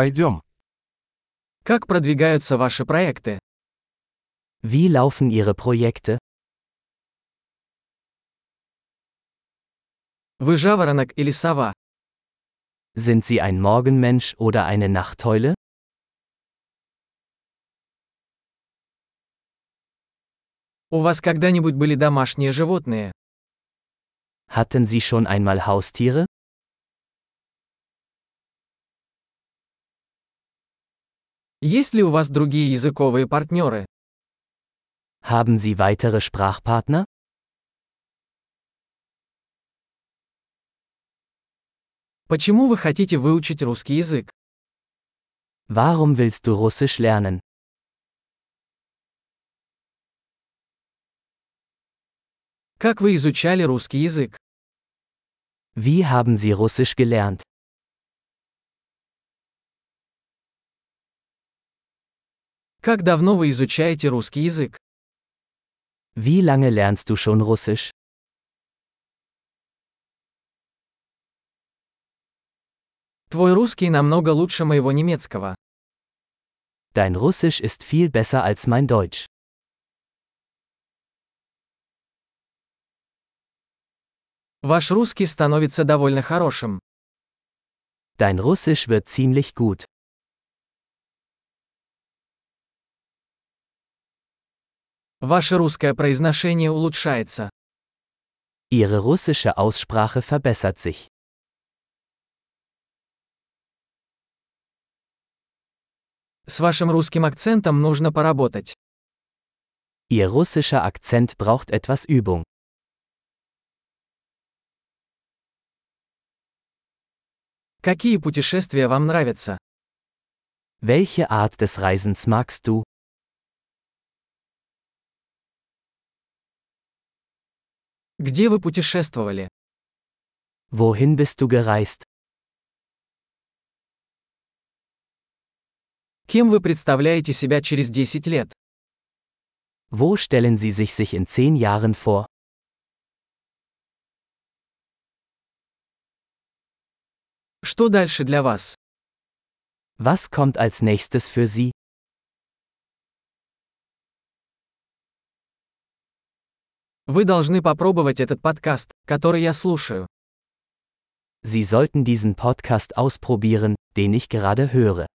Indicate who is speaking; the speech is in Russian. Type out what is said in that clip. Speaker 1: Пойдем.
Speaker 2: Как продвигаются ваши проекты?
Speaker 3: Wie laufen Ihre Projekte?
Speaker 2: Вы жаворонок или сова?
Speaker 3: Sind Sie ein Morgenmensch oder eine Nachteule?
Speaker 2: У вас когда-нибудь были домашние животные?
Speaker 3: Hatten Sie schon einmal Haustiere?
Speaker 2: Есть ли у вас другие языковые партнеры?
Speaker 3: Haben Sie weitere Sprachpartner?
Speaker 2: Почему вы хотите выучить русский язык?
Speaker 3: Warum willst du Russisch lernen?
Speaker 2: Как вы изучали русский язык?
Speaker 3: Wie haben Sie Russisch gelernt?
Speaker 2: Как давно вы изучаете русский язык?
Speaker 3: Wie lange lernst du schon Russisch?
Speaker 2: Твой русский намного лучше моего немецкого.
Speaker 3: Dein Russisch ist viel besser als mein Deutsch.
Speaker 2: Ваш русский становится довольно хорошим.
Speaker 3: Dein Russisch wird ziemlich gut.
Speaker 2: Ваше русское произношение улучшается.
Speaker 3: Ihre russische Aussprache verbessert sich.
Speaker 2: С вашим русским акцентом нужно поработать.
Speaker 3: Ihr russischer Akzent braucht etwas Übung.
Speaker 2: Какие путешествия вам нравятся?
Speaker 3: Welche Art des Reisens magst du?
Speaker 2: Где вы путешествовали?
Speaker 3: Wohin bist du gereist?
Speaker 2: Кем вы представляете себя через 10 лет?
Speaker 3: Wo stellen Sie sich sich in zehn Jahren vor?
Speaker 2: Что дальше для вас?
Speaker 3: Was kommt als nächstes für Sie?
Speaker 2: Вы должны попробовать этот подкаст, который я слушаю.
Speaker 3: Sie sollten diesen Podcast ausprobieren, den ich gerade höre.